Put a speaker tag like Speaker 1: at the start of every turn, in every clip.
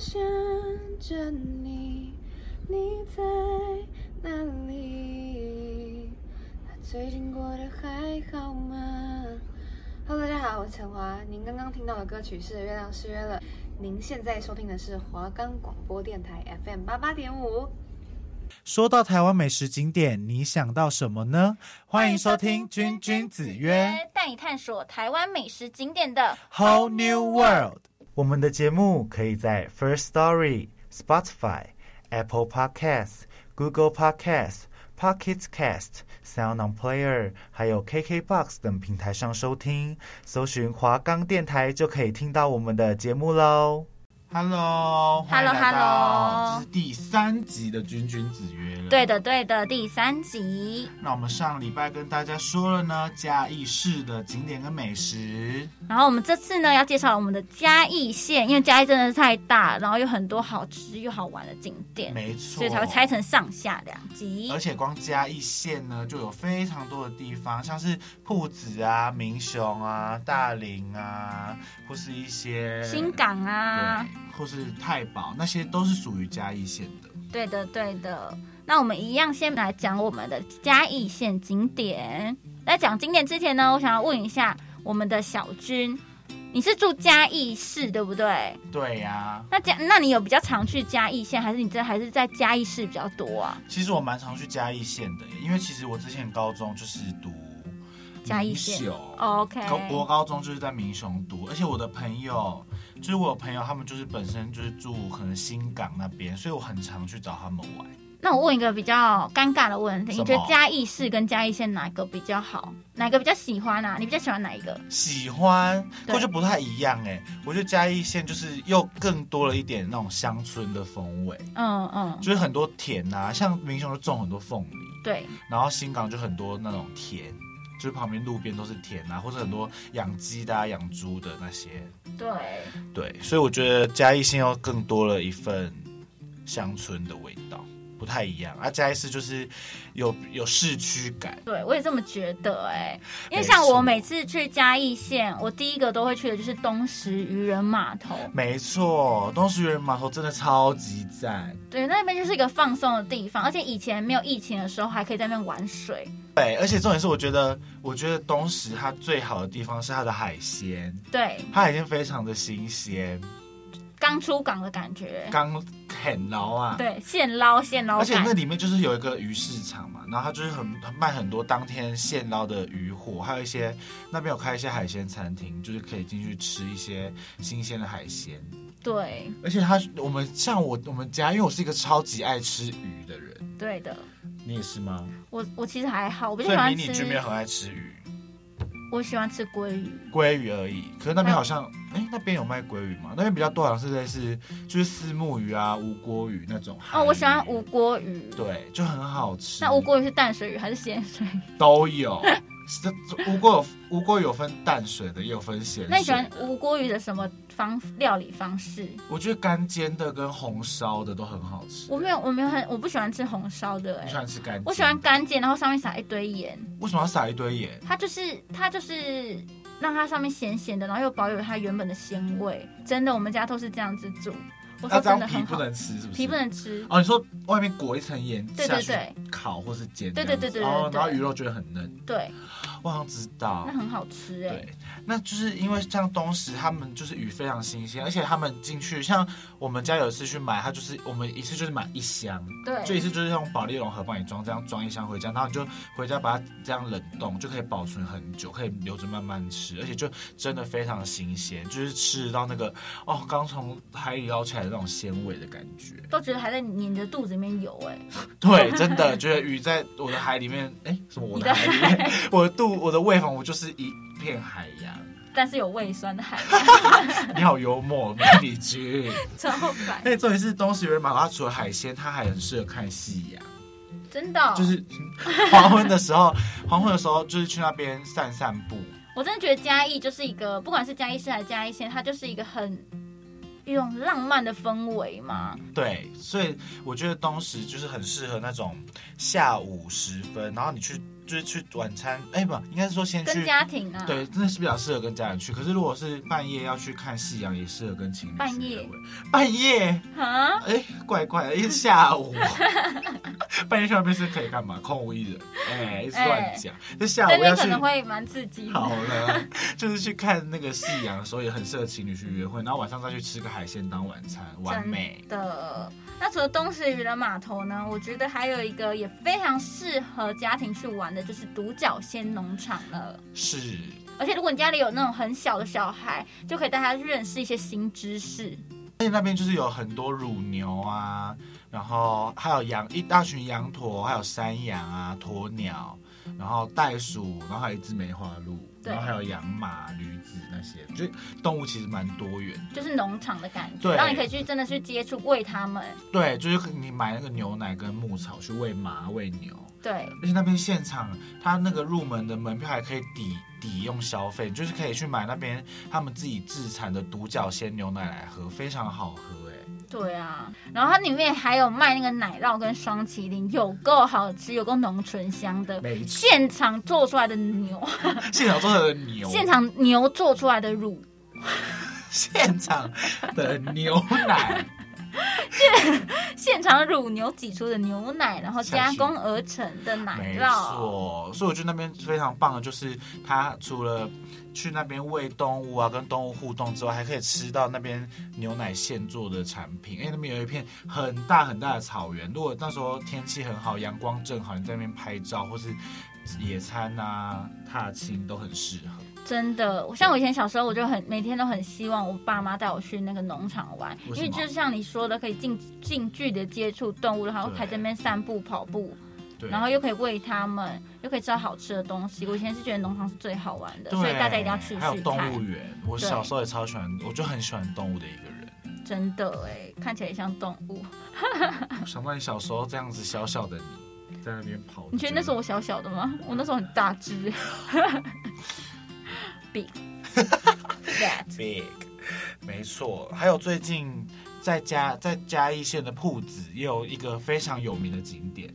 Speaker 1: 想着你，你在哪里？啊最近过得还好吗？Hello，大家好，我是陈华。您刚刚听到的歌曲是《月亮失约了》，您现在收听的是华冈广播电台 FM 八八点五。
Speaker 2: 说到台湾美食景点，你想到什么呢？欢迎收听《君君子约》，
Speaker 3: 带你探索台湾美食景点的
Speaker 2: Whole New World。
Speaker 4: 我们的节目可以在 First Story、Spotify、Apple Podcasts、Google Podcasts、Pocket Cast、Sound On Player，还有 KKBox 等平台上收听，搜寻华冈电台就可以听到我们的节目喽。
Speaker 2: Hello，欢迎
Speaker 3: Hello，
Speaker 2: 来到
Speaker 3: Hello
Speaker 2: 这是第三集的君君子约了。
Speaker 3: 对的，对的，第三集。
Speaker 2: 那我们上礼拜跟大家说了呢，嘉义市的景点跟美食。
Speaker 3: 然后我们这次呢要介绍我们的嘉义县，因为嘉义真的是太大，然后有很多好吃又好玩的景点，
Speaker 2: 没错
Speaker 3: 所以才会拆成上下两集
Speaker 2: 而。且光嘉义县呢，就有非常多的地方，像是铺子啊、民雄啊、大林啊，或是一些
Speaker 3: 新港啊，
Speaker 2: 对，或是太保，那些都是属于嘉义县的。
Speaker 3: 对的，对的。那我们一样先来讲我们的嘉义县景点。在讲景点之前呢，我想要问一下我们的小军，你是住嘉义市对不对？
Speaker 2: 对啊呀、
Speaker 3: 那嘉，那你有比较常去嘉义县，还是你这还是在嘉义市比较多啊？
Speaker 2: 其实我蛮常去嘉义县的耶，因为其实我之前高中就是读
Speaker 3: 嘉义县
Speaker 2: 民雄
Speaker 3: OK
Speaker 2: 高国高中就是在民雄读，而且我的朋友，就是我有朋友，他们就是本身就是住可能新港那边，所以我很常去找他们玩。
Speaker 3: 那我问一个比较尴尬的问题，
Speaker 2: 什
Speaker 3: 你
Speaker 2: 么
Speaker 3: 觉得嘉义市跟嘉义县哪个比较好？哪个比较喜欢啊？你比较喜欢哪一个？
Speaker 2: 喜欢，
Speaker 3: 对
Speaker 2: 我就不太一样哎，我觉得嘉义县就是又更多了一点那种乡村的风味，
Speaker 3: 嗯嗯，
Speaker 2: 就是很多田呐、像民雄就种很多凤梨，
Speaker 3: 对，
Speaker 2: 然后新港就很多那种田，就是旁边路边都是田啊，或者很多养鸡的、啊、养猪的那些。
Speaker 3: 对，
Speaker 2: 对，所以我觉得嘉义县又更多了一份乡村的味道，不太一样。啊，嘉义市就是有有市区感，
Speaker 3: 对，我也这么觉得哎、因
Speaker 2: 没
Speaker 3: 为像我
Speaker 2: 错
Speaker 3: 每次去嘉义县，我第一个都会去的就是东石渔人码头，
Speaker 2: 没错，东石渔人码头真的超级赞。
Speaker 3: 对，那边就是一个放松的地方，而且以前没有疫情的时候还可以在那边玩水，
Speaker 2: 对，而且重点是，我觉得，我觉得东石它最好的地方是它的海鲜，
Speaker 3: 对，
Speaker 2: 它海鲜非常的新鲜，
Speaker 3: 刚出港的感觉，
Speaker 2: 刚啃牢啊。
Speaker 3: 对，现捞现捞
Speaker 2: 而且
Speaker 3: 感
Speaker 2: 那，里面就是有一个鱼市场嘛，然后它就是很卖很多当天现捞的鱼货，还有一些那边有开一些海鲜餐厅，就是可以进去吃一些新鲜的海鲜。
Speaker 3: 对
Speaker 2: 而且它我们像我我们家，因为我是一个超级爱吃鱼的人，
Speaker 3: 对的，
Speaker 2: 你也是吗？
Speaker 3: 我我其实还好，我比较
Speaker 2: 所
Speaker 3: 喜
Speaker 2: 以迷
Speaker 3: 欢
Speaker 2: 你君没有
Speaker 3: 吃，
Speaker 2: 很爱吃鱼，
Speaker 3: 我喜欢吃鲑鱼。
Speaker 2: 鲑鱼而已。可是
Speaker 3: 嗯
Speaker 2: 那边好像，哎、那边有卖鲑鱼吗？那边比较多好像是类似就是丝木鱼啊、无锅鱼那种。
Speaker 3: 哦，我喜欢无。锅鱼。
Speaker 2: 对，就很好吃。
Speaker 3: 那无锅鱼是淡水鱼还是咸水鱼？
Speaker 2: 都有。 这这无锅有无锅有分淡水的，也有分咸水。
Speaker 3: 那你喜欢？无锅鱼的什么方料理方式？
Speaker 2: 我觉得干煎的跟红烧的都很好吃。
Speaker 3: 我没有，我没有很，我不喜欢吃红烧的、
Speaker 2: 你喜
Speaker 3: 哎，
Speaker 2: 欢吃干煎？
Speaker 3: 我喜欢。干煎，然后上面撒一堆盐，
Speaker 2: 为什么要撒一堆盐？
Speaker 3: 它就是它就是让它上面咸咸的，然后又保有它原本的鲜味。真的，我们家都是这样子煮。我
Speaker 2: 那
Speaker 3: 说
Speaker 2: 这
Speaker 3: 真
Speaker 2: 样
Speaker 3: 的
Speaker 2: 皮
Speaker 3: 很
Speaker 2: 不
Speaker 3: 好，
Speaker 2: 能吃，是不是？
Speaker 3: 皮不。能吃。
Speaker 2: 哦，你说外面裹一层盐
Speaker 3: 对
Speaker 2: 下
Speaker 3: 对
Speaker 2: 去
Speaker 3: 对
Speaker 2: 烤或是煎这
Speaker 3: 对
Speaker 2: 样
Speaker 3: 对
Speaker 2: 子？
Speaker 3: 对对对
Speaker 2: 哦，
Speaker 3: 对
Speaker 2: 然后鱼肉觉得很嫩，
Speaker 3: 对，
Speaker 2: 我好像知道
Speaker 3: 那。很好吃哎、
Speaker 2: 对，那就是因为像东石他们就是鱼非常新鲜，而且他们进去像我们家有一次去买，他就是我们一次就是买一箱，
Speaker 3: 对
Speaker 2: 就一次就是用保利龙盒帮你装，这样装一箱回家，然后你就回家把它这样冷冻，就可以保存很久，可以留着慢慢吃，而且就真的非常新鲜，就是吃到那个哦刚从海里捞起来的那种鲜味的感觉。
Speaker 3: 都觉得还在你的肚子里面游哎、
Speaker 2: 对，真的觉得鱼在我的海里面，哎、什么我的海里面，我的肚我的胃房我就是一片海洋。
Speaker 3: 但是有胃酸的海
Speaker 2: 你好幽默，迷你 君。
Speaker 3: 超烦，
Speaker 2: 而且哎重点是东石渔人码头，它除了海鲜，它还很适合看夕阳。
Speaker 3: 真的哦、
Speaker 2: 就是 黄昏的时候，黄昏的时候就是去那边散散步。
Speaker 3: 我真的觉得嘉义就是一个，不管是嘉义市还是嘉义县，它就是一个很一种浪漫的氛围嘛。
Speaker 2: 对，所以我觉得东石就是很适合那种下午时分，然后你去就是去晚餐，哎、不，应该是说先去
Speaker 3: 跟家庭啊，
Speaker 2: 对，真的是比较适合跟家人去。可是如果是半夜要去看夕阳，也适合跟情侣去。
Speaker 3: 半夜
Speaker 2: 对不对，半夜，
Speaker 3: 啊，
Speaker 2: 哎、怪怪的，一是下 午，半夜去那边是可以干嘛？空无一人，哎、一直乱讲。就下
Speaker 3: 这
Speaker 2: 午要
Speaker 3: 边
Speaker 2: 去
Speaker 3: 可能会蛮刺 激的。
Speaker 2: 好了，就是去看那个夕阳的时候，也很适合情侣去约会，然后晚上再去吃个海鲜当晚餐，完美。
Speaker 3: 真的。那除了东石娱乐码头呢，我觉得还有一个也非常适合家庭去玩的，就是独角仙农场了。
Speaker 2: 是，
Speaker 3: 而且如果你家里有那种很小的小孩，就可以带他去认识一些新知识。
Speaker 2: 而且那边就是有很多乳牛啊，然后还有羊一大群羊驼，还有山羊啊、鸵鸟，然后袋鼠，然后还有一只梅花鹿，
Speaker 3: 对
Speaker 2: 然后还有羊马、驴子那些，就是动物其实蛮多元。
Speaker 3: 就是农场的感觉，
Speaker 2: 对
Speaker 3: 让你可以去真的去接触喂它们。
Speaker 2: 对，就是你买那个牛奶跟牧草去喂马、喂牛。
Speaker 3: 对，
Speaker 2: 而且那边现场，它那个入门的门票还可以抵抵用消费，就是可以去买那边他们自己自产的独角仙牛奶来喝，非常好喝哎、
Speaker 3: 对啊。然后它里面还有卖那个奶酪跟双麒麟，有够好吃，有够浓醇香的。
Speaker 2: 没错，
Speaker 3: 现场做出来的牛，
Speaker 2: 现场做的牛，
Speaker 3: 现场牛做出来的乳，
Speaker 2: 现场的牛奶，
Speaker 3: 现场乳牛挤出的牛奶，然后加工而成的奶
Speaker 2: 没
Speaker 3: 酪。
Speaker 2: 错。所以我觉得那边非常棒的就是，它除了去那边喂动物啊，跟动物互动之外，还可以吃到那边牛奶现做的产品。因哎为那边有一片很大很大的草原，如果那时候天气很好，阳光正好，你在那边拍照或是野餐啊、踏青都很适合。
Speaker 3: 真的，我像我以前小时候，我就很每天都很希望我爸妈带我去那个农场玩，
Speaker 2: 为什
Speaker 3: 因
Speaker 2: 么
Speaker 3: 为就像你说的，可以近近距离的接触动物，然后
Speaker 2: 对
Speaker 3: 还在那边散步、跑步，
Speaker 2: 对，
Speaker 3: 然后又可以喂它们，又可以吃到好吃的东西。我以前是觉得农场是最好玩的，
Speaker 2: 对，
Speaker 3: 所以大家一定要去
Speaker 2: 还有
Speaker 3: 去
Speaker 2: 动物
Speaker 3: 看。
Speaker 2: 园，我
Speaker 3: 对
Speaker 2: 小时候也超喜欢，我就很喜欢动物的一个人。
Speaker 3: 真的哎，看起来像动物。
Speaker 2: 想到你小时候这样子小小的你，在那边跑，
Speaker 3: 你觉得那时候我小小的吗？我那时候很大只 ，big fat。
Speaker 2: big？没错，还有最近在嘉在嘉义县的铺子也有一个非常有名的景点，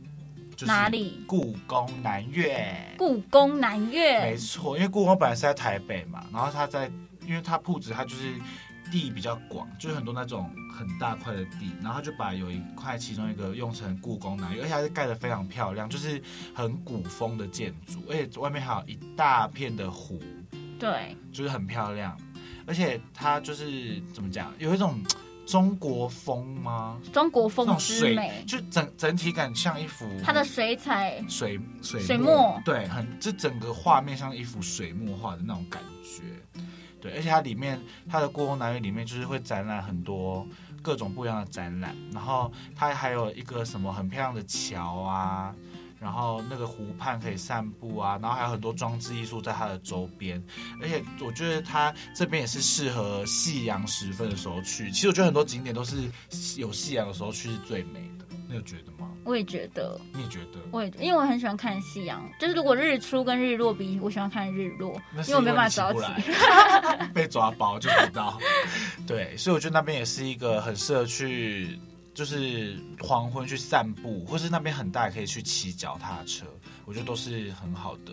Speaker 2: 就是
Speaker 3: 哪里？
Speaker 2: 故宫南苑。
Speaker 3: 故宫南
Speaker 2: 没
Speaker 3: 苑，
Speaker 2: 错，因为故宫本来是在台北嘛，然后它在，因为它铺子它就是地比较广，就是很多那种很大块的地，然后它就把有一块其中一个用成故宫南苑，而且它是盖得非常漂亮，就是很古风的建筑，而且外面还有一大片的湖，
Speaker 3: 对，
Speaker 2: 就是很漂亮，而且它就是怎么讲，有一种中国风吗？
Speaker 3: 中国
Speaker 2: 那
Speaker 3: 风
Speaker 2: 种
Speaker 3: 之
Speaker 2: 水
Speaker 3: 美，
Speaker 2: 就整整体感像一幅
Speaker 3: 它的水彩
Speaker 2: 水水
Speaker 3: 水墨
Speaker 2: 墨，对，很这整个画面像一幅水墨画的那种感觉，对，而且它里面它的故宫南园里面就是会展览很多各种不一样的展览，然后它还有一个什么很漂亮的桥啊。然后那个湖畔可以散步啊，然后还有很多装置艺术在它的周边，而且我觉得它这边也是适合夕阳时分的时候去。其实我觉得很多景点都是有夕阳的时候去是最美的，你有觉得吗？
Speaker 3: 我也觉得，
Speaker 2: 你也觉得？
Speaker 3: 我也因为我很喜欢看夕阳，就是如果日出跟日落比，我喜欢看日落，
Speaker 2: 那是
Speaker 3: 因为我没办法早
Speaker 2: 因为你起
Speaker 3: 起。
Speaker 2: 不来， 被抓包就知道。对，所以我觉得那边也是一个很适合去，就是黄昏去散步，或是那边很大也可以去骑脚踏车，我觉得都是很好的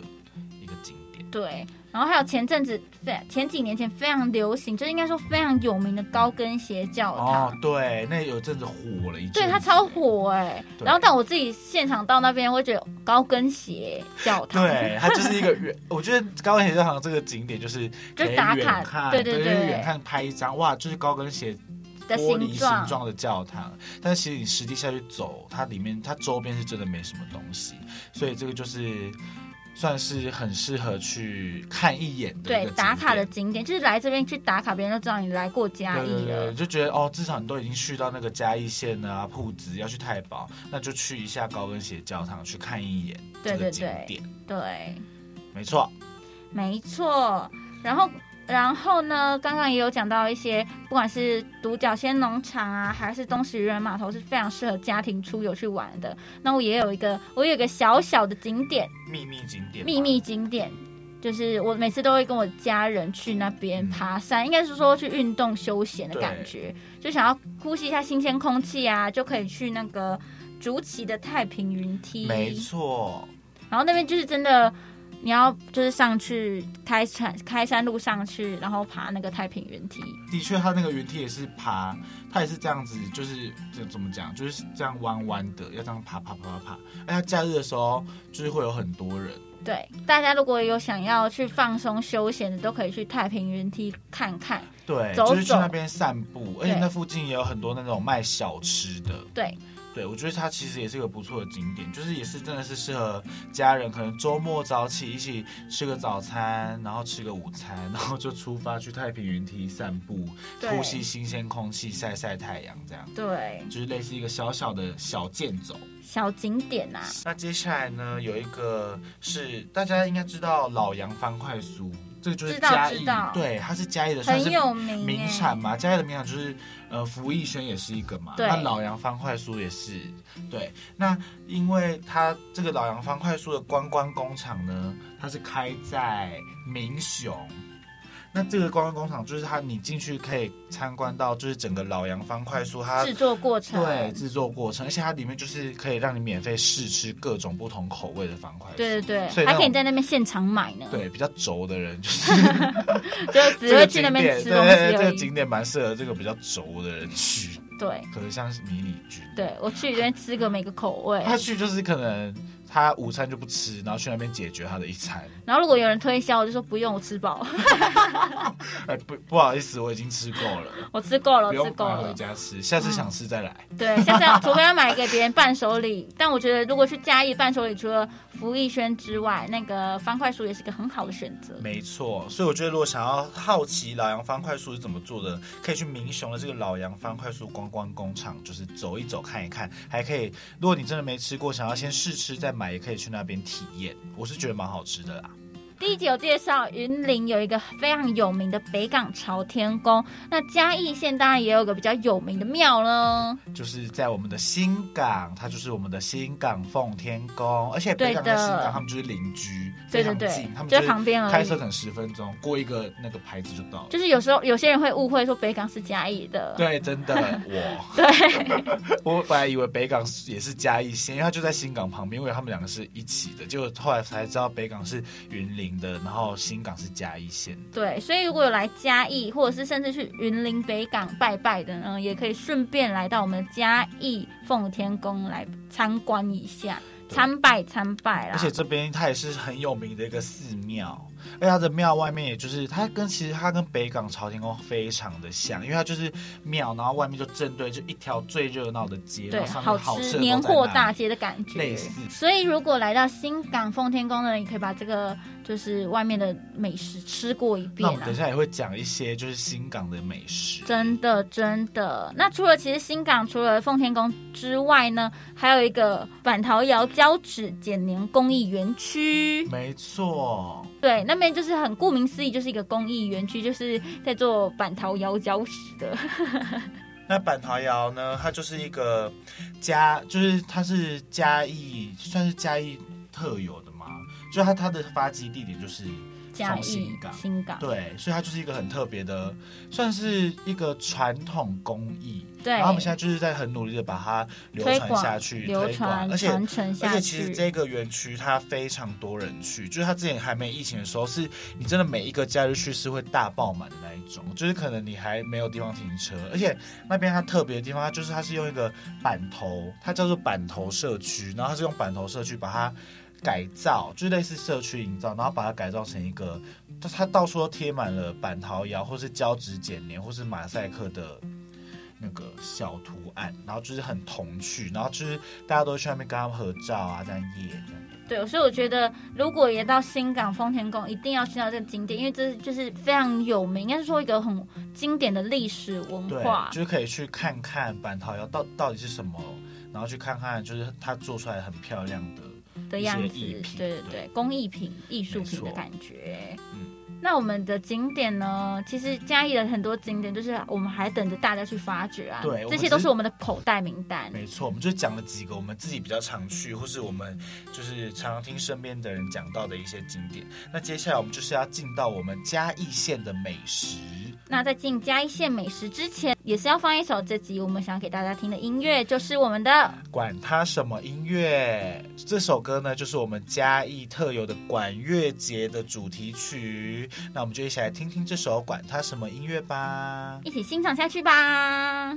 Speaker 2: 一个景点。
Speaker 3: 对，然后还有前阵子非前几年前非常流行，就是应该说非常有名的高跟鞋教堂。
Speaker 2: 哦，对，那有阵子火了一阵子，
Speaker 3: 对它超火哎、
Speaker 2: 对
Speaker 3: 然后但我自己现场到那边，我会觉得高跟鞋教堂，
Speaker 2: 对，它就是一个远，我觉得高跟鞋教堂这个景点就是可
Speaker 3: 就是
Speaker 2: 以
Speaker 3: 打
Speaker 2: 远
Speaker 3: 卡
Speaker 2: 看，
Speaker 3: 对对
Speaker 2: 对
Speaker 3: 对
Speaker 2: 就是远看拍一张，哇，就是高跟鞋
Speaker 3: 的
Speaker 2: 玻璃
Speaker 3: 形状
Speaker 2: 形，状的教堂，但其实你实地下去走，它里面它周边是真的没什么东西，所以这个就是算是很适合去看一眼的一
Speaker 3: 对
Speaker 2: 个景点
Speaker 3: 打卡的景点，就是来这边去打卡，别人就知道你来过嘉
Speaker 2: 对对
Speaker 3: 义
Speaker 2: 对，
Speaker 3: 了。
Speaker 2: 就觉得哦，至少你都已经去到那个嘉义县啊、铺子，要去太保，那就去一下高跟鞋教堂去看一眼
Speaker 3: 对
Speaker 2: 这个
Speaker 3: 对
Speaker 2: 景
Speaker 3: 对
Speaker 2: 点，
Speaker 3: 对，
Speaker 2: 没错，
Speaker 3: 没错。然后，然后呢？刚刚也有讲到一些，不管是独角仙农场啊，还是东石渔人码头，是非常适合家庭出游去玩的。那我也有一个，我有一个小小的景点，
Speaker 2: 秘密景点，
Speaker 3: 秘密，景点。就是我每次都会跟我家人去那边
Speaker 2: 嗯
Speaker 3: 爬山，应该是说去运动休闲的感觉，就想要呼吸一下新鲜空气啊，就可以去那个竹崎的太平云梯。
Speaker 2: 没错，
Speaker 3: 然后那边就是真的，你要就是上去开山开山路上去，然后爬那个太平云梯。
Speaker 2: 的确，它那个云梯也是爬，它也是这样子，就是这怎么讲，就是这样弯弯的，要这样爬爬爬爬爬。哎，它假日的时候就是会有很多人，
Speaker 3: 对，大家如果有想要去放松休闲的，都可以去太平云梯看看。
Speaker 2: 对，
Speaker 3: 走
Speaker 2: 就是去
Speaker 3: 走
Speaker 2: 那边散步，而且那附近也有很多那种卖小吃的。
Speaker 3: 对，
Speaker 2: 对，我觉得它其实也是一个不错的景点，就是也是真的是适合家人，可能周末早起一起吃个早餐，然后吃个午餐，然后就出发去太平云梯散步，
Speaker 3: 对
Speaker 2: 呼吸新鲜空气，晒晒太阳，这样
Speaker 3: 对，
Speaker 2: 就是类似一个小小的小健走。
Speaker 3: 小景点啊，
Speaker 2: 那接下来呢，有一个是大家应该知道老杨方块酥，这个就是
Speaker 3: 知道
Speaker 2: 嘉
Speaker 3: 知
Speaker 2: 义
Speaker 3: 道，
Speaker 2: 对，它是嘉义的，算
Speaker 3: 很
Speaker 2: 是
Speaker 3: 有名、欸，
Speaker 2: 名产嘛，嘉义的名产就是呃福义轩也是一个嘛，
Speaker 3: 对
Speaker 2: 那老杨方块酥也是对。那因为它这个老杨方块酥的观光工厂呢，它是开在民雄。那这个观光工厂就是它，你进去可以参观到，就是整个老杨方块酥它
Speaker 3: 制作过程。
Speaker 2: 对制作过程，而且它里面就是可以让你免费试吃各种不同口味的方块酥。
Speaker 3: 对对
Speaker 2: 所
Speaker 3: 对，
Speaker 2: 以那
Speaker 3: 还
Speaker 2: 种
Speaker 3: 可以在那边现场买呢，
Speaker 2: 对，比较轴的人就是
Speaker 3: 就只会去那边吃
Speaker 2: 这
Speaker 3: 东
Speaker 2: 个景点对这
Speaker 3: 西而
Speaker 2: 个
Speaker 3: 已。
Speaker 2: 景点蛮适合这个比较轴的人去，
Speaker 3: 对
Speaker 2: 可能像是迷你剧。
Speaker 3: 对，我去里面吃个每个口味，
Speaker 2: 他去就是可能他午餐就不吃，然后去那边解决他的一餐。
Speaker 3: 然后如果有人推销，我就说不用，我吃饱，
Speaker 2: 哎，不不好意思，我已经吃够了，
Speaker 3: 我哦吃够了，
Speaker 2: 不
Speaker 3: 我吃
Speaker 2: 用嗯
Speaker 3: 够
Speaker 2: 买回
Speaker 3: 了。
Speaker 2: 家吃，下次想吃再来。
Speaker 3: 对，下次要除非要买给别人伴手礼，但我觉得如果去嘉义伴手礼，除了福艺轩之外，那个方块酥也是个很好的选择。
Speaker 2: 没错，所以我觉得如果想要好奇老杨方块酥是怎么做的，可以去民雄的这个老杨方块酥观光工厂，就是走一走看一看，还可以，如果你真的没吃过，想要先试吃再买，也可以去那边体验。我是觉得蛮好吃的啦。
Speaker 3: 第一集有介绍，云林有一个非常有名的北港朝天宫，那嘉义县当然也有个比较有名的庙呢。
Speaker 2: 就是在我们的新港，它就是我们的新港奉天宫，而且北港
Speaker 3: 对
Speaker 2: 跟
Speaker 3: 的
Speaker 2: 新港他们就是邻居，
Speaker 3: 对
Speaker 2: 非
Speaker 3: 对
Speaker 2: 常
Speaker 3: 对
Speaker 2: 近，他，们
Speaker 3: 就
Speaker 2: 就
Speaker 3: 在旁
Speaker 2: 是
Speaker 3: 边而已。
Speaker 2: 开车可能十分钟，过一个那个牌子就到了。
Speaker 3: 就是有时候有些人会误会说北港是嘉义的，
Speaker 2: 对，真的，我
Speaker 3: 对
Speaker 2: 我本来以为北港也是嘉义县，因为它就在新港旁边，我以为他们两个是一起的，结果后来才知道北港是云林的，然后新港是嘉义县。
Speaker 3: 对所以如果有来嘉义，或者是甚至去云林北港拜拜的呢，也可以顺便来到我们的嘉义奉天宫来参观一下，
Speaker 2: 对
Speaker 3: 参拜参拜啦。
Speaker 2: 而且这边它也是很有名的一个寺庙，而且它的庙外面也就是它跟其实它跟北港朝天宫非常的像，因为它就是庙，然后外面就正对就一条最热闹的街，然
Speaker 3: 对，
Speaker 2: 后上面好吃
Speaker 3: 吃
Speaker 2: 的
Speaker 3: 年
Speaker 2: 都在那
Speaker 3: 货
Speaker 2: 里
Speaker 3: 大街啊的感觉
Speaker 2: 类似。
Speaker 3: 所以如果来到新港奉天宫呢，你可以把这个就是外面的美食吃过一遍
Speaker 2: 那我们
Speaker 3: 啊
Speaker 2: 等一。下也会讲一些就是新港的美食，
Speaker 3: 真的真的。那除了其实新港除了奉天宫之外呢，还有一个板桃窑胶纸剪黏工艺园区。
Speaker 2: 没错，
Speaker 3: 对，那边就是很顾名思义，就是一个工艺园区，就是在做板桃窑胶纸的。
Speaker 2: 那板桃窑呢，它就是一个嘉，就是它是嘉义，算是嘉义特有的嘛，就它它的发迹地点就是
Speaker 3: 嘉义
Speaker 2: 新港
Speaker 3: 新港，
Speaker 2: 对，所以它就是一个很特别的，算是一个传统工艺。
Speaker 3: 对
Speaker 2: 然后我们现在就是在很努力的把它流
Speaker 3: 推
Speaker 2: 传
Speaker 3: 广
Speaker 2: 下去，
Speaker 3: 流
Speaker 2: 推
Speaker 3: 传
Speaker 2: 广，而且
Speaker 3: 传承
Speaker 2: 而
Speaker 3: 下
Speaker 2: 且其实
Speaker 3: 去。
Speaker 2: 这个园区它非常多人去，就是它之前还没疫情的时候，是你真的每一个假日去是会大爆满的那一种，就是可能你还没有地方停车，而且那边它特别的地方，它就是它是用一个板头，它叫做板头社区，然后它是用板头社区把它。改造就是类似社区营造，然后把它改造成一个，它它到处都贴满了板桃窑，或是胶质剪黏，或是马赛克的那个小图案，然后就是很童趣，然后就是大家都去那边跟他们合照啊，这样耶这样。
Speaker 3: 对，所以我觉得如果也到新港丰田宫，一定要去到这个景点，因为这是就是非常有名，应该是说一个很经典的历史文
Speaker 2: 对
Speaker 3: 化，。
Speaker 2: 就是可以去看看板桃窑到到底是什么，然后去看看就是它做出来很漂亮的。
Speaker 3: 的
Speaker 2: 一
Speaker 3: 样
Speaker 2: 些
Speaker 3: 子，
Speaker 2: 艺
Speaker 3: 对
Speaker 2: 品
Speaker 3: 对
Speaker 2: 对
Speaker 3: 对，工艺品、艺术
Speaker 2: 没
Speaker 3: 品的
Speaker 2: 错
Speaker 3: 感觉。
Speaker 2: 嗯
Speaker 3: 那我们的景点呢？其实嘉义的很多景点，就是我们还等着大家去发掘啊。
Speaker 2: 对我
Speaker 3: 这
Speaker 2: 们
Speaker 3: 些
Speaker 2: 只
Speaker 3: 都是
Speaker 2: 是
Speaker 3: 我们的口袋名单。
Speaker 2: 没错，我们就讲了几个我们自己比较常去，或是我们就是常常听身边的人讲到的一些景点。那接下来我们就是要进到我们嘉义县的美食。
Speaker 3: 那在进嘉义县美食之前，也是要放一首这集我们想给大家听的音乐，就是我们的
Speaker 2: 管它什么音乐，这首歌呢就是我们嘉义特有的管乐节的主题曲。那我们就一起来听听这首《管它什么音乐》吧。
Speaker 3: 一起欣赏下去吧。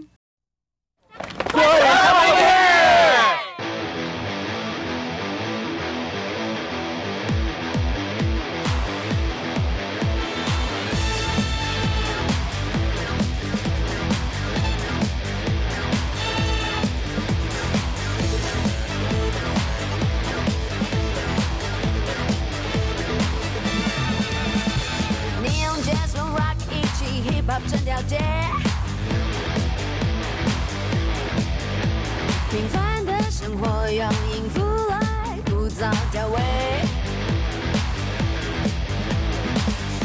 Speaker 5: Neon Jazz Long Rock 一起 Hip Hop 整条街。平凡的生活用音符来鼓噪调味，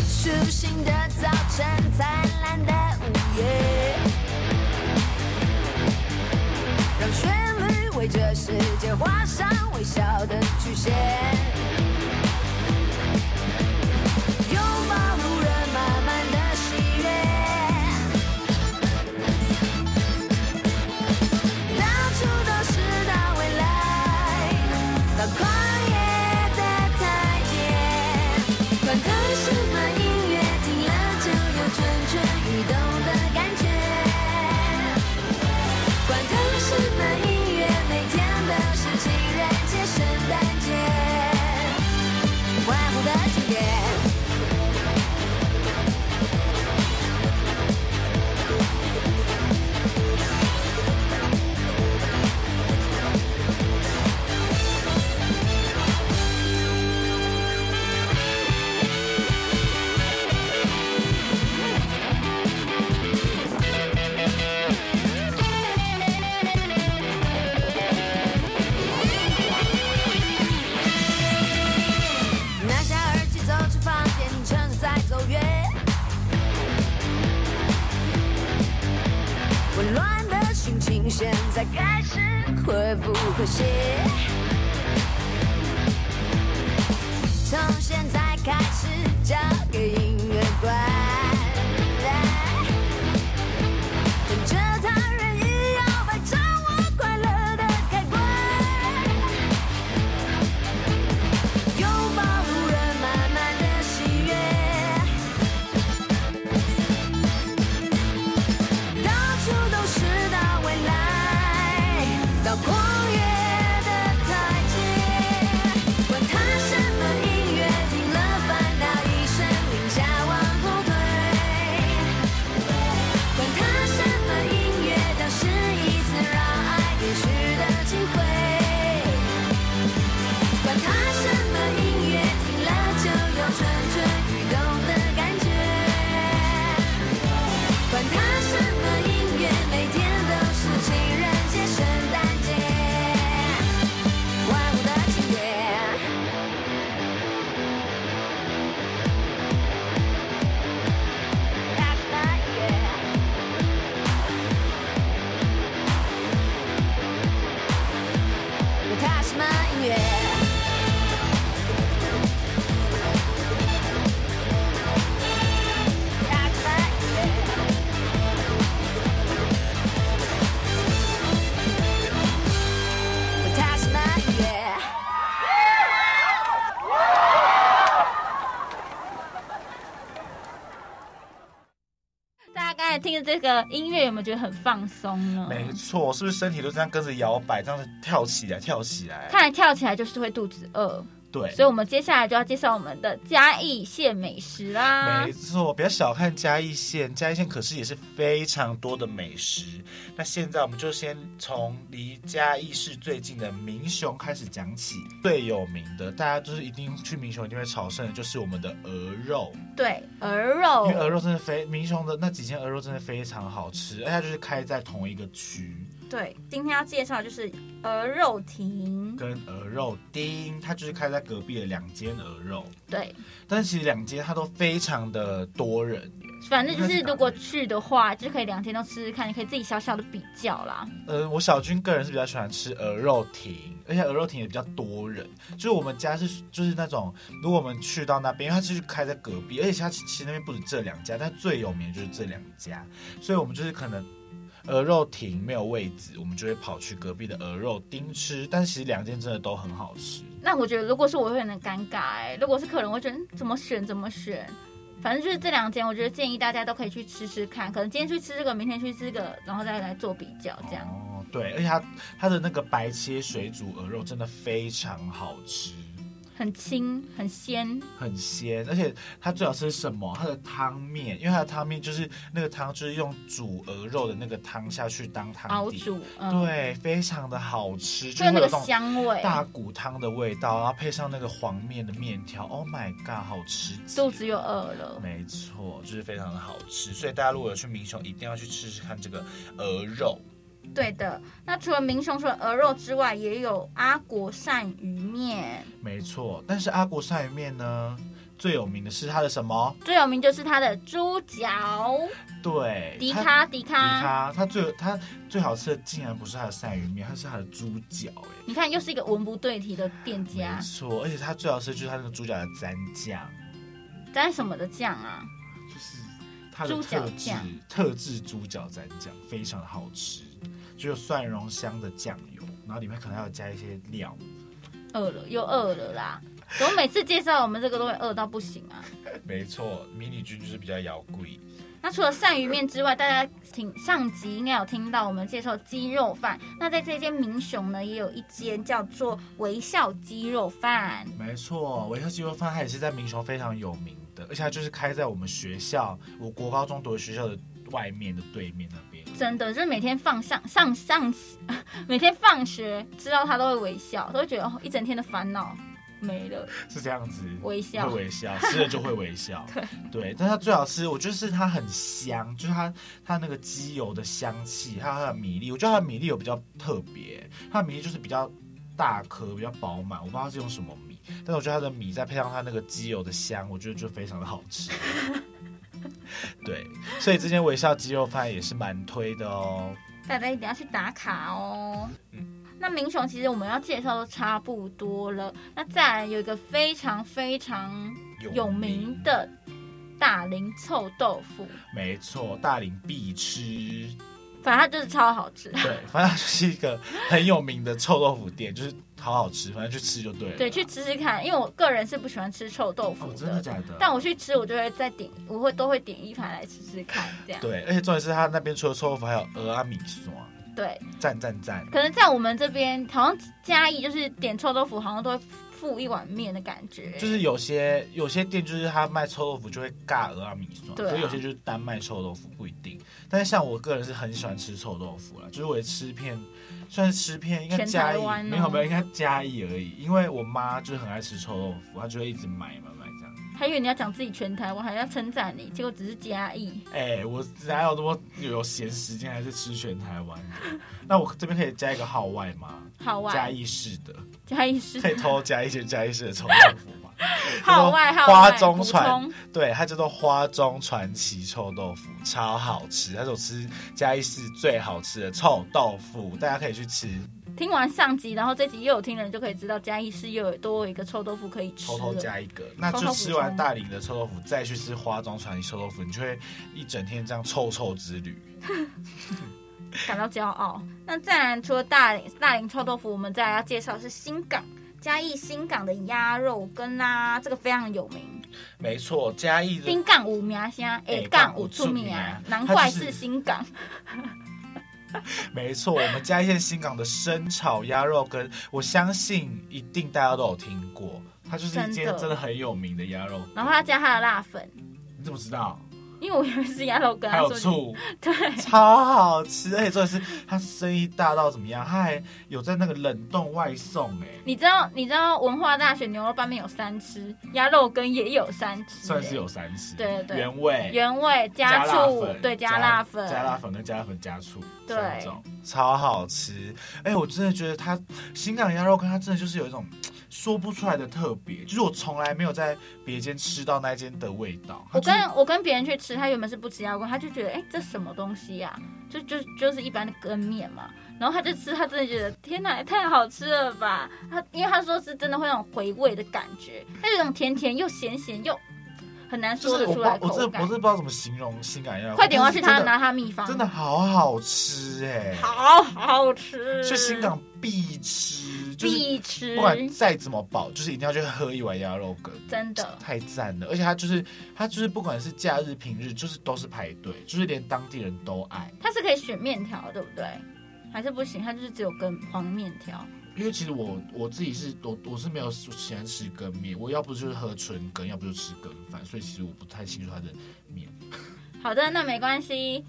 Speaker 5: 舒心的早晨，灿烂的午夜，让旋律为这世界画上微笑的曲线。拥抱路人，满满的喜悦。到处都是大未来，到旷野的台阶。管它什么音乐，听了就有蠢蠢欲动的感觉。管它什么音乐，每天都是情人节、圣诞节，欢呼的庆典。拿下耳机，走出房间，趁着在奏乐。混乱的心情现在开始恢复和谐。从现在开始，交给音乐管。跟着他人一摇摆，掌握快乐的开关。拥抱路人满满的喜悦，到处都是大未来，到旷野的台阶。管它什么音乐，听了烦恼一声令下往后退。管它什么音乐，当是一次让爱延续的机会。管它什么音乐，听了就有蠢蠢欲动的感觉。管它什么音乐，每天都是情人节、圣诞节，万物的庆典。That's not yeah. 管它什么音乐。
Speaker 3: 大家刚才听的这个音乐有没有觉得很放松呢？
Speaker 2: 没错，是不是身体都这样跟着摇摆，这样子跳起来，跳起来？
Speaker 3: 看来跳起来就是会肚子饿，
Speaker 2: 对，
Speaker 3: 所以我们接下来就要介绍我们的嘉义县美食啦
Speaker 2: 没。错，不要小看嘉义县，嘉义县可是也是非常多的美食。那现在我们就先从离嘉义市最近的民雄开始讲起，最有名的，大家就是一定去民雄一定会朝圣的，就是我们的鹅肉，
Speaker 3: 对，鹅
Speaker 2: 因
Speaker 3: 肉
Speaker 2: 为鹅肉真的非民雄的那几间鹅肉真的非常好吃，而且它就是开在同一个区，
Speaker 3: 对，今天要介绍就是鹅肉亭，
Speaker 2: 跟鹅肉丁，它就是开在隔壁的两间鹅肉，
Speaker 3: 对，
Speaker 2: 但其实两间它都非常的多人。
Speaker 3: 反正就是如果去的话，就可以两天都吃吃看，你可以自己小小的比较啦。
Speaker 2: 呃，我小军个人是比较喜欢吃鹅肉亭，而且鹅肉亭也比较多人。就是我们家是就是那种，如果我们去到那边，因为它就是开在隔壁，而且它其其实那边不止这两家，但最有名的就是这两家，所以我们就是可能。鹅肉亭没有位置，我们就会跑去隔壁的鹅肉丁吃。但其实两间真的都很好吃。
Speaker 3: 那我觉得如果是我会很尴尬哎、如果是客人，我会觉得嗯怎么选怎么选。反正就是这两间，我觉得建议大家都可以去吃吃看，可能今天去吃这个，明天去吃这个，然后再来做比较这样。
Speaker 2: 哦，对，而且它它的那个白切水煮鹅肉真的非常好吃，
Speaker 3: 很清很鲜，
Speaker 2: 很鲜，而且它最好吃是什么？它的汤面，因为它的汤面就是那个汤就是用煮鹅肉的那个汤下去当汤
Speaker 3: 熬
Speaker 2: 底，
Speaker 3: 煮，嗯，
Speaker 2: 对，非常的好吃，就
Speaker 3: 就是
Speaker 2: 会
Speaker 3: 有那
Speaker 2: 有
Speaker 3: 个
Speaker 2: 种
Speaker 3: 香味，
Speaker 2: 大骨汤的味道，然后配上那个黄面的面条，Oh my god，好吃极
Speaker 3: 肚子又饿了。
Speaker 2: 没错，就是非常的好吃，所以大家如果有去民雄，一定要去吃吃看这个鹅肉。
Speaker 3: 对的，那除了民雄除了鹅肉之外，也有阿国鳝鱼面，
Speaker 2: 没错，但是阿国鳝鱼面呢，最有名的是它的什么？
Speaker 3: 最有名就是它的猪脚，
Speaker 2: 对，
Speaker 3: 迪
Speaker 2: 它
Speaker 3: 卡
Speaker 2: 迪
Speaker 3: 迪卡。
Speaker 2: 卡，它最它最好吃的竟然不是它的鳝鱼面，它是它的猪脚哎。
Speaker 3: 你看，又是一个文不对题的店家
Speaker 2: 没，错，而且它最好吃的就是它那个猪脚的蘸酱，
Speaker 3: 沾什么的酱啊？
Speaker 2: 就是它的
Speaker 3: 猪脚
Speaker 2: 特制
Speaker 3: 酱
Speaker 2: 特制猪脚蘸酱，非常的好吃，就有蒜蓉香的酱油，然后里面可能还有加一些料。
Speaker 3: 饿了又饿了啦！怎么每次介绍我们这个都会饿到不行啊？
Speaker 2: 没错，迷你君就是比较摇贵。
Speaker 3: 那除了鳝鱼面之外，大家听上集应该有听到我们介绍鸡肉饭。那在这间民雄呢，也有一间叫做微笑鸡肉饭。
Speaker 2: 没错，微笑鸡肉饭它也是在民雄非常有名的，而且它就是开在我们学校，我国高中读的学校的外面的对面那边。
Speaker 3: 真的，就是每天放上上上，每天放学知道他都会微笑，都会觉得哦，一整天的烦恼没了，
Speaker 2: 是这样子，
Speaker 3: 微笑
Speaker 2: 会微 笑，吃了就会微笑。
Speaker 3: 对
Speaker 2: 对，但它最好吃，我觉得是它很香，就是它它那个鸡油的香气，还有它的米粒，我觉得它的米粒有比较特别，它的米粒就是比较大颗，比较饱满，我不知道它是用什么米，但是我觉得它的米再配上它那个鸡油的香，我觉得就非常的好吃。 对，所以这间微笑鸡肉饭也是蛮推的哦。
Speaker 3: 大家一定要去打卡哦。那民雄其实我们要介绍都差不多了，那再来有一个非常非常有名的大林臭豆腐，
Speaker 2: 没错，大林必吃。
Speaker 3: 反正它就是超好吃。
Speaker 2: 对，反正它就是一个很有名的臭豆腐店，就是好好吃，反正去吃就对了。
Speaker 3: 对，去吃吃看，因为我个人是不喜欢吃臭豆腐
Speaker 2: 哦，真的假的？
Speaker 3: 但我去吃，我就会再点，我会都会点一盘来吃吃看，这样
Speaker 2: 对，而且重点是他那边除了臭豆腐，还有鹅啊阿米酸，
Speaker 3: 对。
Speaker 2: 赞赞赞！
Speaker 3: 可能在我们这边，好像嘉义就是点臭豆腐，好像都会附一碗面的感觉。
Speaker 2: 就是有些有些店就是他卖臭豆腐就会尬鹅阿米酸，
Speaker 3: 对啊
Speaker 2: 所以有些就是单卖臭豆腐不一定。但是像我个人是很喜欢吃臭豆腐啦，就是我也吃遍，算是吃遍应该
Speaker 3: 全
Speaker 2: 嘉
Speaker 3: 台
Speaker 2: 义、
Speaker 3: 湾哦
Speaker 2: 没有没有应该嘉义而已，因为我妈就是很爱吃臭豆腐，她就会一直买买买这样。
Speaker 3: 还以为你要讲自己全台湾，还要称赞你，结果只是嘉义。
Speaker 2: 哎、我哪有那么有闲时间还是吃全台湾的？ 那我这边可以加一个号外吗？
Speaker 3: 号外
Speaker 2: 嘉义市的，
Speaker 3: 嘉义市
Speaker 2: 可以偷加一些加一些的臭豆腐吗？
Speaker 3: 号外
Speaker 2: 叫
Speaker 3: 号
Speaker 2: 做花
Speaker 3: 外
Speaker 2: 中
Speaker 3: 补
Speaker 2: 传
Speaker 3: 充，
Speaker 2: 对，它叫做花中传奇臭豆腐，超好吃，它是我吃嘉义市最好吃的臭豆腐，大家可以去吃，
Speaker 3: 听完上集，然后这集又有听的人就可以知道嘉义市又有多一个臭豆腐可以吃
Speaker 2: 偷偷
Speaker 3: 了。
Speaker 2: 加一个。那就吃完大理的臭豆腐，再去吃花中传奇臭豆腐，你就会一整天这样臭臭之旅。
Speaker 3: 感到骄傲。那再然，除了大林大林臭豆腐，我们再来要介绍的是新港嘉义新港的鸭肉羹啦、这个非常有名。
Speaker 2: 没错，嘉义的
Speaker 3: 新港有名啊声，
Speaker 2: 哎
Speaker 3: 下哎港有出名啊，难怪是新港。
Speaker 2: 没错，我们嘉义县新港的生炒鸭肉羹，我相信一定大家都有听过，它就是一间
Speaker 3: 真的
Speaker 2: 真的很有名的鸭肉羹。
Speaker 3: 然后他加他的辣粉，
Speaker 2: 你怎么知道？
Speaker 3: 因为我有一次丫头跟
Speaker 2: 还
Speaker 3: 他
Speaker 2: 有
Speaker 3: 说，
Speaker 2: 醋，
Speaker 3: 对，
Speaker 2: 超好吃，而且重点是它生意大到怎么样，它还有在那个冷冻外送哎、
Speaker 3: 你知道你知道文化大学牛肉拌面有三吃，鸭肉羹也有三吃、
Speaker 2: 算是有三吃，
Speaker 3: 对对
Speaker 2: 原味。
Speaker 3: 原味加
Speaker 2: 辣
Speaker 3: 醋，
Speaker 2: 粉
Speaker 3: 对，
Speaker 2: 加
Speaker 3: 加辣粉，
Speaker 2: 加辣粉跟加辣粉加醋，
Speaker 3: 对
Speaker 2: 三种超好吃。哎、我真的觉得它新港鸭肉羹，它真的就是有一种嘖说不出来的特别，就是我从来没有在别间吃到那间的味道。它
Speaker 3: 我
Speaker 2: 就是
Speaker 3: 跟我跟别人去吃，他原本是不吃腰锅，他就觉得哎、诶这什么东西呀、就就就是一般的羹面嘛。然后他就吃，他真的觉得天哪，也太好吃了吧！他因为他说是真的会有那种回味的感觉，它有一种甜甜又咸咸又很难
Speaker 2: 就
Speaker 3: 说
Speaker 2: 是
Speaker 3: 得
Speaker 2: 我
Speaker 3: 出
Speaker 2: 不
Speaker 3: 来
Speaker 2: 我
Speaker 3: 的
Speaker 2: 真的
Speaker 3: 口
Speaker 2: 我真的
Speaker 3: 感
Speaker 2: 不。知道怎么形容新港鸭肉羹，
Speaker 3: 快点，我要
Speaker 2: 但
Speaker 3: 去
Speaker 2: 是
Speaker 3: 他
Speaker 2: 真的
Speaker 3: 拿他秘方，
Speaker 2: 真的好好吃哎、
Speaker 3: 好好吃，
Speaker 2: 去新港必吃，就是
Speaker 3: 必吃
Speaker 2: 不，管再怎么饱，就是一定要去喝一碗鸭肉羹，
Speaker 3: 真的。
Speaker 2: 太赞了！而且它就是它就是不管是假日平日，就是都是排队，就是连当地人都爱。
Speaker 3: 它是可以选面条，对不对？还是不行，它就是只有跟黄面条。
Speaker 2: 因为其实我我自己是我我是没有喜欢吃羹面，我要不就是喝纯羹，要不就吃羹饭，所以其实我不太清楚它的面。
Speaker 3: 好的，那没关系，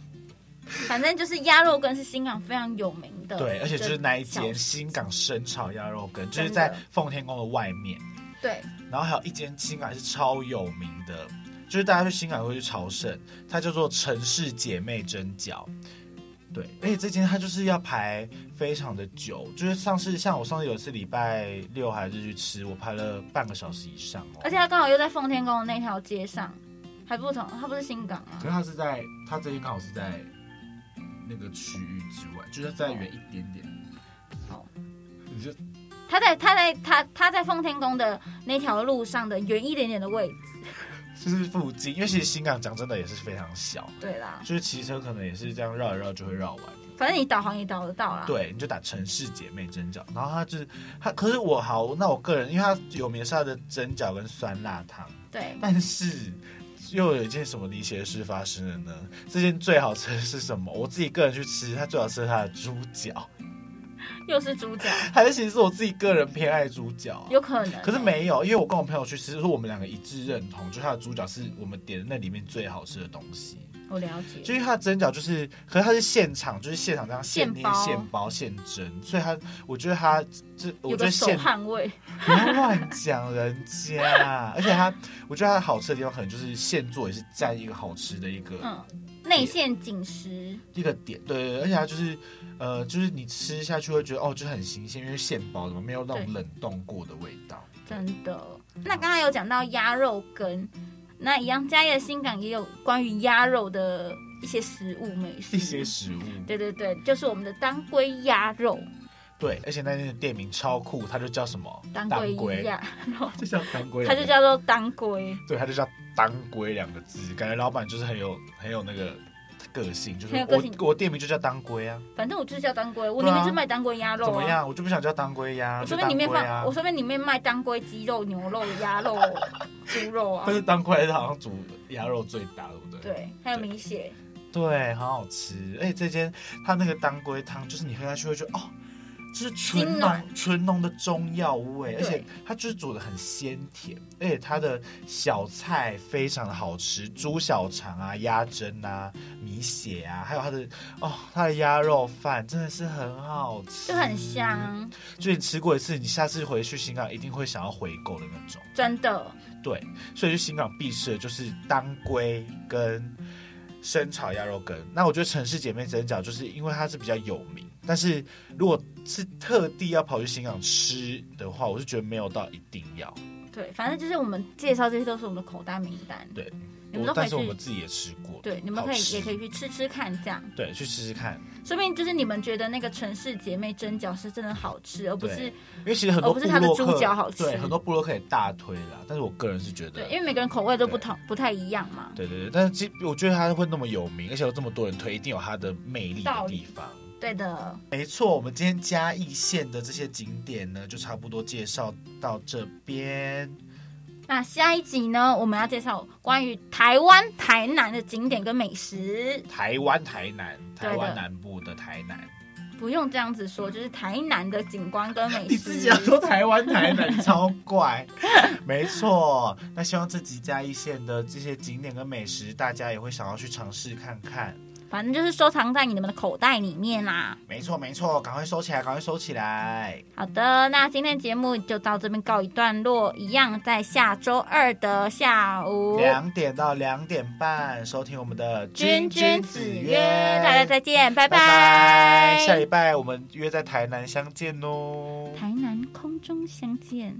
Speaker 3: 反正就是鸭肉羹是新港非常有名的。
Speaker 2: 对，而且就是那一间
Speaker 3: 小
Speaker 2: 新港生炒鸭肉羹，就是
Speaker 3: 真的
Speaker 2: 在奉天宫的外面。
Speaker 3: 对，
Speaker 2: 然后还有一间新港是超有名的，就是大家去新港会去朝圣，它叫做城市姐妹蒸饺。对，而且这间它就是要排非常的久，就是上次像我上次有一次礼拜六还是去吃，我排了半个小时以上哦。
Speaker 3: 而且它刚好又在奉天宫的那条街上，还不同，它不是新港啊
Speaker 2: 可是。它是在它这间刚好是在那个区域之外，就是再远一点点。
Speaker 3: 好，
Speaker 2: 你就
Speaker 3: 它在它在它它在奉天宫的那条路上的远一点点的位置。
Speaker 2: 就是附近，因为其实新港讲真的也是非常小，
Speaker 3: 对啦，
Speaker 2: 就是骑车可能也是这样绕一绕就会绕完。
Speaker 3: 反正你导航也导得到啦。，
Speaker 2: 对，你就打城市姐妹蒸饺，然后它就是它，可是我好，那我个人，因为它有名是它的蒸饺跟酸辣汤，
Speaker 3: 对，
Speaker 2: 但是又有一件什么离奇的事发生了呢？这件最好吃的是什么？我自己个人去吃，它最好吃是它的猪脚，
Speaker 3: 又是主角，
Speaker 2: 还是其实是我自己个人偏爱猪脚啊、
Speaker 3: 有可能。
Speaker 2: 可是，没有，因为我跟我朋友去吃，就是我们两个一致认同，就是它的猪脚是我们点的那里面最好吃的东西。
Speaker 3: 我了解。
Speaker 2: 就是它的蒸饺，就是，可是它是现场，就是现场这样现捏
Speaker 3: 现、包
Speaker 2: 现包、现蒸，所以它，我觉得它这，我
Speaker 3: 有
Speaker 2: 觉
Speaker 3: 个
Speaker 2: 得
Speaker 3: 手
Speaker 2: 现
Speaker 3: 汗味，
Speaker 2: 不要乱讲人家，而且它，我觉得它好吃的地方可能就是现做也是占一个好吃的一个、
Speaker 3: 嗯，内馅紧实，
Speaker 2: 一个点，对对对，而且它就是，呃，就是你吃下去会觉得哦，就很新鲜，因为现包的嘛，没有那种
Speaker 3: 对
Speaker 2: 冷冻过的味道。
Speaker 3: 真的。那刚刚有讲到鸭肉羹，那一样嘉义的新港也有关于鸭肉的一些食物美食。
Speaker 2: 一些食物，
Speaker 3: 对对对，就是我们的当归鸭肉，
Speaker 2: 对，而且那间的店名超酷，它就叫什么？
Speaker 3: 当归鸭肉，
Speaker 2: 就叫当归，
Speaker 3: 它就叫做当归，
Speaker 2: 对，它就叫当归两个字，感觉老板就是很有很有那个个性，就是
Speaker 3: 很有个性
Speaker 2: 我我店名就叫当归啊，
Speaker 3: 反正我就是叫当归，我
Speaker 2: 对啊
Speaker 3: 里面就卖当归鸭肉、
Speaker 2: 怎
Speaker 3: 啊。
Speaker 2: 么？样？我就不想叫当归呀、
Speaker 3: 我
Speaker 2: 就
Speaker 3: 说不定里面
Speaker 2: 当
Speaker 3: 放，
Speaker 2: 归啊
Speaker 3: 我说不定里面卖当归鸡肉、牛肉、鸭肉、猪肉 啊
Speaker 2: 但。是当归好像煮鸭肉最大，对不对？
Speaker 3: 对，还有米血，
Speaker 2: 对，很好吃。而且这间它那个当归汤，就是你喝下去会觉得哦，就是
Speaker 3: 清
Speaker 2: 纯
Speaker 3: 暖
Speaker 2: 浓纯浓的中药味，而
Speaker 3: 对
Speaker 2: 且它就是煮的很鲜甜，而且它的小菜非常的好吃，猪小肠啊、鸭胗啊、米血啊，还有它的哦，它的鸭肉饭真的是很好吃，
Speaker 3: 就很。香，
Speaker 2: 就你吃过一次，你下次回去新港一定会想要回购的那种。
Speaker 3: 真的。
Speaker 2: 对，所以就新港必吃的就是当归跟生炒鸭肉羹。那我觉得城市姐妹蒸饺就是因为它是比较有名，但是如果是特地要跑去新港吃的话，我是觉得没有到一定要。
Speaker 3: 对，反正就是我们介绍这些都是我们的口袋名单。
Speaker 2: 对，
Speaker 3: 你们
Speaker 2: 我
Speaker 3: 都可
Speaker 2: 但
Speaker 3: 以
Speaker 2: 是我
Speaker 3: 去
Speaker 2: 们自己也吃过，
Speaker 3: 对，你们可
Speaker 2: 好
Speaker 3: 以
Speaker 2: 吃
Speaker 3: 也可以去吃吃看，这样
Speaker 2: 对去吃吃看，
Speaker 3: 说不定就是你们觉得那个城市姐妹蒸饺是真的好吃，而不
Speaker 2: 对
Speaker 3: 是
Speaker 2: 因为其实很多
Speaker 3: 哦不
Speaker 2: 部
Speaker 3: 是它的
Speaker 2: 落
Speaker 3: 猪脚好
Speaker 2: 客
Speaker 3: 吃
Speaker 2: 对很多部落客也大推啦，但是我个人是觉得
Speaker 3: 对，因为每个人口味都不
Speaker 2: 对
Speaker 3: 同，不太一样嘛。
Speaker 2: 对对对，但是其我觉得它会那么有名，而且有这么多人推，一定有它的魅力
Speaker 3: 道
Speaker 2: 的
Speaker 3: 理
Speaker 2: 地方。
Speaker 3: 对的，
Speaker 2: 没错，我们今天嘉义县的这些景点呢，就差不多介绍到这边。
Speaker 3: 那下一集呢，我们要介绍关于台湾台南的景点跟美食。
Speaker 2: 台湾台南，台
Speaker 3: 对
Speaker 2: 湾
Speaker 3: 的
Speaker 2: 南部的台南，
Speaker 3: 不用这样子说，就是台南的景观跟 美
Speaker 2: 你自己要
Speaker 3: 食。
Speaker 2: 说台湾台南超怪，没错。那希望这集嘉义县的这些景点跟美食，大家也会想要去尝试看看。
Speaker 3: 反正就是收藏在你们的口袋里面啦。
Speaker 2: 没错没错，赶快收起来，赶快收起来。
Speaker 3: 好的，那今天的节目就到这边告一段落，一样在下周二的下午。
Speaker 2: 两点到两点半收听我们的《
Speaker 3: 君君子约，大家再
Speaker 2: 见，
Speaker 3: 见，拜
Speaker 2: 拜
Speaker 3: 拜。
Speaker 2: 下礼拜我们约在台南相见哦。
Speaker 3: 台南空中相见。